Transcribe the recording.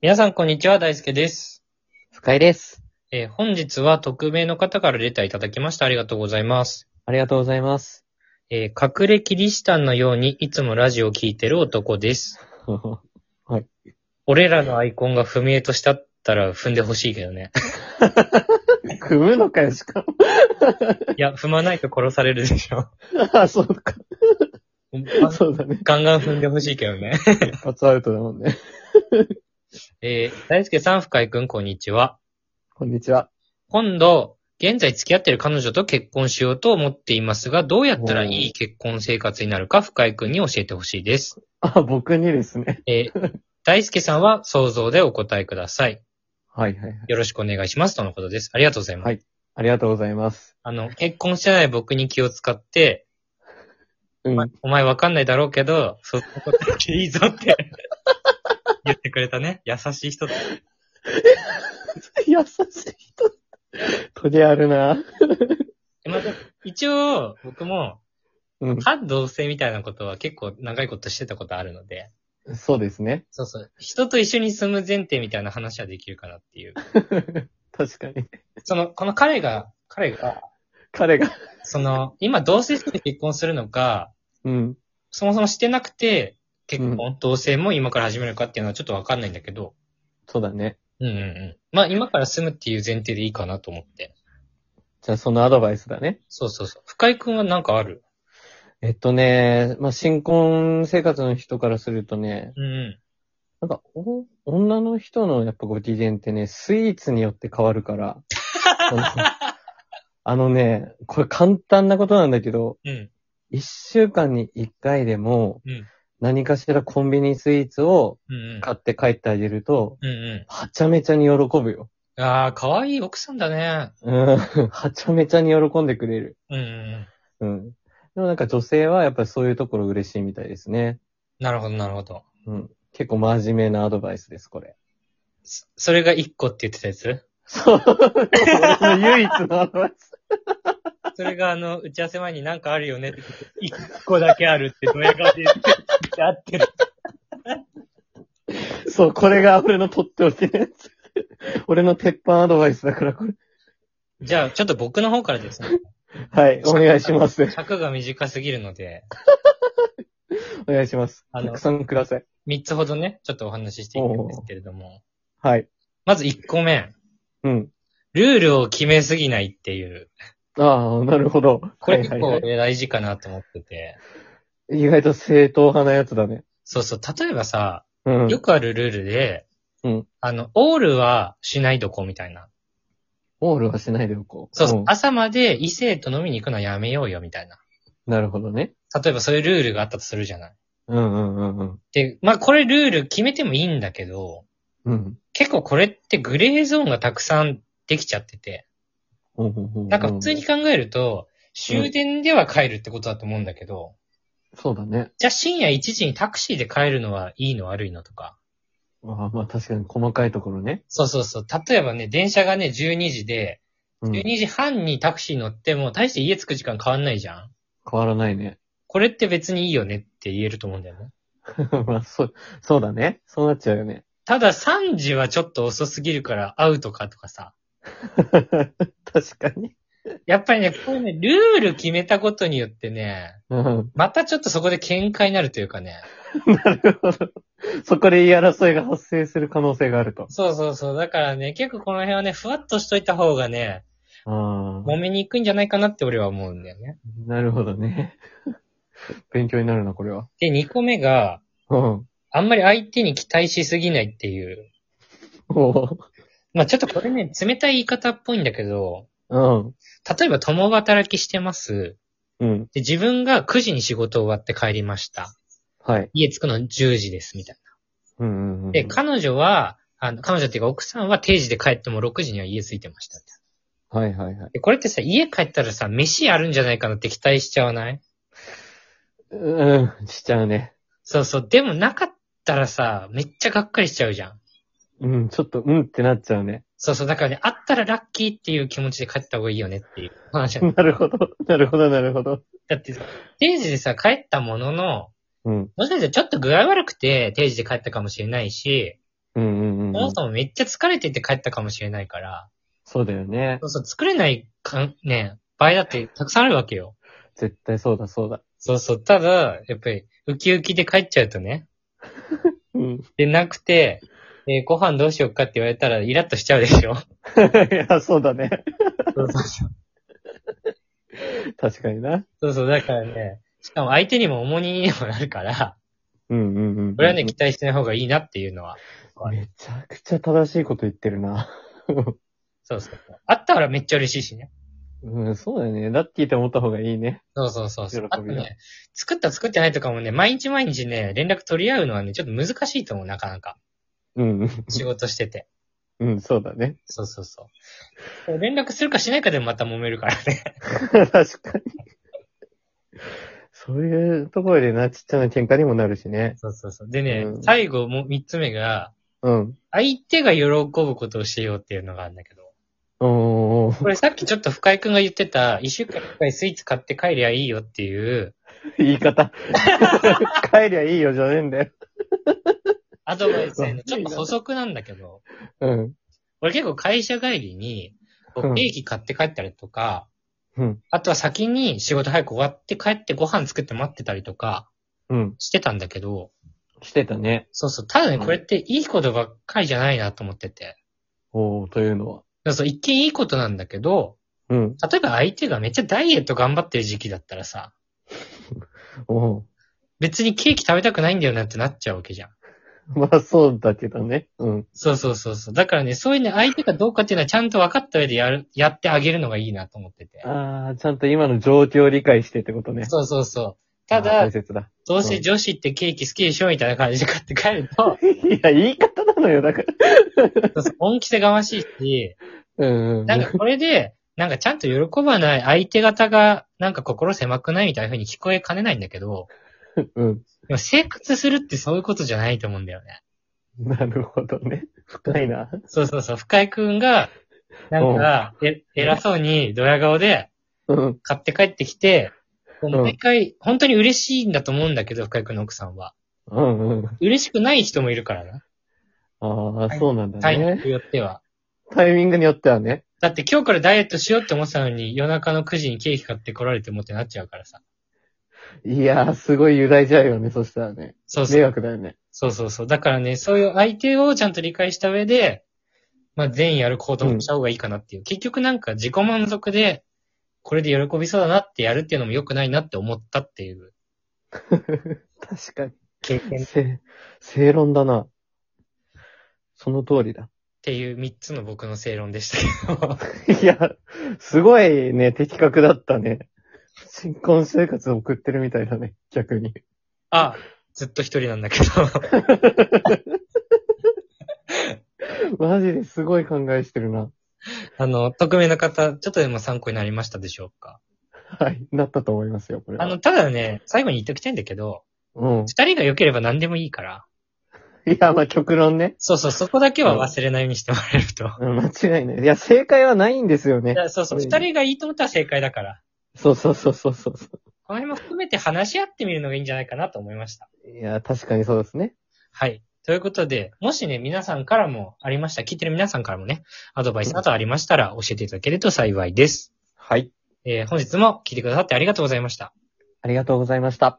皆さん、こんにちは。大輔です。深井です。えー本日は匿名の方からレターいただきました。ありがとうございます。ありがとうございます。えー隠れキリシタンのようにいつもラジオを聴いてる男です。俺らのアイコンが踏み絵としたったら踏んでほしいけどね。 組むのかよ、しかいや、踏まないと殺されるでしょ。 も。 あ、そうか。そうだね。ガンガン踏んでほしいけどね。一発アウトだもんね。えー大輔さん、深井くん、こんにちは。こんにちは。今度、現在付き合ってる彼女と結婚しようと思っていますが、どうやったらいい結婚生活になるか、深井くんに教えてほしいです。あ、僕にですね。えー大輔さんは想像でお答えください。はいはいはい。よろしくお願いします。とのことです。ありがとうございます。はいありがとうございます。あの、結婚してない僕に気を使って、うん。まお前わかんないだろうけど、そんなこと言っていいぞって 言ってくれたね。優しい人だ。 優しい人。取りあるな。えまあでも一応、僕も、うん。反同性みたいなことは結構長いことしてたことあるので、そうですね。そうそう。人と一緒に住む前提みたいな話はできるかなっていう。 確かに。その、この彼が、彼が、彼が。その、今同性して結婚するのか、うん。そもそもしてなくて、結う婚、同棲も今から始めるかっていうのはちょっとわかんないんだけど、そうだね。うんうんうん。まあ今から住むっていう前提でいいかなと思って。じゃあそのアドバイスだね。そうそうそう。深井くんはなんかあるえっとね、まあ、新婚生活の人からするとね、うんうん。なんか、お女の人のやっぱご機嫌ってね、スイーツによって変わる から。そのあのね、これ簡単なことなんだけど、うん。一週間に一回でもうん、何かしらコンビニスイーツをうんうん。買って帰ってあげると、うんうはちゃめちゃに喜ぶよ。ん。ああ、可愛い奥さんだね。うん、 はちゃめちゃに喜んでくれる。うんうんうん。うん。でもなんか女性はやっぱりそういうところ嬉しいみたいですね。なるほど、なるほど。うん。結構真面目なアドバイスです、こ れ。そそれが一個って言ってたやつそう。俺の唯一のアドバイス。それがあの、打ち合わせ前になんかあるよねって言って、一個だけあるってドヤ顔で言って、合ってる。そう、これが俺のとっておきのや つ。俺の鉄板アドバイスだから、これ。じゃあ、ちょっと僕の方からですね。はい、お願いします。尺が短すぎるので、 お願いします。あたのくさんください。三つほどね、ちょっとお話ししていくんですけれども。はい。まず一個目。うん。ルールを決めすぎないっていう。ああ、なるほど。これ結は構いはいは大事かなと思ってて。い意外と正当派なやつだね。そうそう。例えばさ、うん。よくあるルールで、うんあの、オールはしないどこみたいな。オールはしないでおこう。そうそう。ん朝まで異性と飲みに行くのはやめようよみたいな。なるほどね。例えばそういうルールがあったとするじゃない。うんうんうんうん。で、まあこれルール決めてもいいんだけど、うん。結構これってグレーゾーンがたくさんできちゃってて、ほうほうほうなんか普通に。考えると、終電では帰るってことだと思うんだけど、そうだね。じゃあ深夜1時にタクシーで帰るのはいいの悪いのとか。ああまあ確かに細かいところね。そうそうそう。例えばね、電車がね、12時で、うん。 12変時半にタクシー乗っても、大して家着く時間変わんないじゃん。わらないね。 これって別にいいよねって言えると思うんだよね。まあそう、そうだね。そうなっちゃうよね。 ただ3時はちょっと遅すぎるからアウトかとかさ。確かに。やっぱりね、こういうね、ルール決めたことによってね、うん。またちょっとそこで喧嘩になるというかね。なるほど。そこで言い争いが発生する可能性があると。そうそうそう。だからね、結構この辺はね、ふわっとしといた方がね、あ揉めに行くんじゃないかなって俺は思うんだよね。あ、なるほどね。勉強になるな、これは。で、2個目が、うん。あんまり相手に期待しすぎないっていう。おうまあちょっとこれね、冷たい言い方っぽいんだけど、うん。例えば共働きしてます。うん。で、自分が9時に仕事終わって帰りました。はい。家着くの10時です、みたいうんうんうん。な。で、彼女は、あの、彼女っていうか奥さんは定時で帰っても6時には家着いてました。はいはいはい。で、これってさ、家帰ったらさ、飯あるんじゃないかなって期待しちゃわないうん、しちゃうね。そうそう。でもなかったらさ、めっちゃがっかりしちゃうじゃん。うん、ちょっと、うんってなっちゃうね。そうそう。だからね、あったらラッキーっていう気持ちで帰った方がいいよねっていう話なんだなるほど。なるほど、なるほど。だってさ、定時でさ、帰ったものの、うん。もしかしたらちょっと具合悪くて定時で帰ったかもしれないし、うんうんそうんうもん。そもめっちゃ疲れてて帰ったかもしれないから、そうだよね。そうそう、作れないかん、ね、場合だってたくさんあるわけよ。絶対そうだそうだ。そうそう、ただ、やっぱり、ウキウキで帰っちゃうとね、うん。で、なくて、えーご飯どうしようかって言われたらイラッとしちゃうでしょ いや、そうだね。そうそうそう。確かにな。そうそう、だからね、しかも相手にも重荷にもなるから、うんうんうん。これはね、期待してない方がいいなっていうのは。めちゃくちゃ正しいこと言ってるな。そうそうそう。あったらめっちゃ嬉しいしね。 うん、そうだよね。ラッキーって思った方がいいね。そうそうそうそう。あ喜とびがね、作った作ってないとかもね、毎日毎日ね、連絡取り合うのはね、ちょっと難しいと思う、なかな か。うん。仕事してて。うん、そうだね。そうそうそう。連絡するかしないかでまた揉めるからね。 確かに。そういうところでな、ちっちゃな喧嘩にもなるしね。そうそうそう。でね、うん最後もう三つ目が、うん。相手が喜ぶことをしようっていうのがあるんだけど。おーこれさっきちょっと深井くんが言ってた、一週間に一回スイーツ買って帰りゃいいよっていう言い 方。帰りゃいいよじゃねえんだよ。アドバイスへのちょっと補足なんだけど、うん。俺結構会社帰りに、こううんケーキ買って帰ったりとか、うん。あとは先に仕事早く終わって帰ってご飯作って待ってたりとかうん。してたんだけど、してたね。そうそう、ただね、うんこれっていいことばっかりじゃないなと思ってて。おーというのは。そうそう、一見いいことなんだけど、うん。例えば相手がめっちゃダイエット頑張ってる時期だったらさ、おー別にケーキ食べたくないんだよなってなっちゃうわけじゃん。まあ、そうだけどね。うん。そうそうそうそう。だからね、そういうね、相手がどうかっていうのはちゃんと分かった上でやる、やってあげるのがいいなと思ってて。ああ、ちゃんと今の状況を理解してってことね。そうそうそう。たあーだ大、切だ。どうせ女子ってケーキ好きでしょみたいな感じで買って帰る と、いや、言い方なのよ、だから。そうそう恩着せがましいし、うんうん。なんかこれで、なんかちゃんと喜ばない相手方が、なんか心狭くないみたいな風に聞こえかねないんだけど、うん。 でも生活するってそういうことじゃないと思うんだよね。なるほどね。深いな。そうそうそう。深井くんが、なんか、え、偉そうにドヤ顔で、うん。買って帰ってきて、こううん毎回、本当に嬉しいんだと思うんだけど、深井くんの奥さんは。うんうん。嬉しくない人もいるからな。ああ、そうなんだタイミンね。グによっては。タイミングによってはね。だって今日からダイエットしようって思ってたのに、夜中の9時にケーキ買って来られてもってなっちゃうからさ。いやー、すごい揺らいじゃうよね、そしたらね。そうそ迷う。惑だよね。そうそうそう。だからね、そういう相手をちゃんと理解した上で、まあ、善意やる行動をした方がいいかなっていう。結局なんか自己満足で、これで喜びそうだなってやるっていうのも良くないなって思ったっていう確か経に。験っせ、正論だな。その通りだ。ていう3つの僕の正論でしたけど。 いや、すごいね、的確だったね。新婚生活を送ってるみたいだね、逆に。あ、ずっと一人なんだけど。 マジですごい考えしてるな。あの、匿名の方、ちょっとでも参考になりましたでしょうか。はい、なったと思いますよ、これは。あの、ただね、最後に言っときたいんだけど、うん。二人が良ければ何でもいいから。いや、まあ、極論ね。そうそう、そこだけは忘れないようにしてもらえる と。うん間違いない。いや、正解はないんですよねい。やそうそう、うん二人がいいと思ったら正解だから。そうそうそうそうそう。この辺も含めて話し合ってみるのがいいんじゃないかなと思いました。いや、確かにそうですね。はい。ということで、もしね、皆さんからもありました、聞いてる皆さんからもね、アドバイスなどありましたら教えていただけると幸いです。はい。えー、本日も聞いてくださってありがとうございました。ありがとうございました。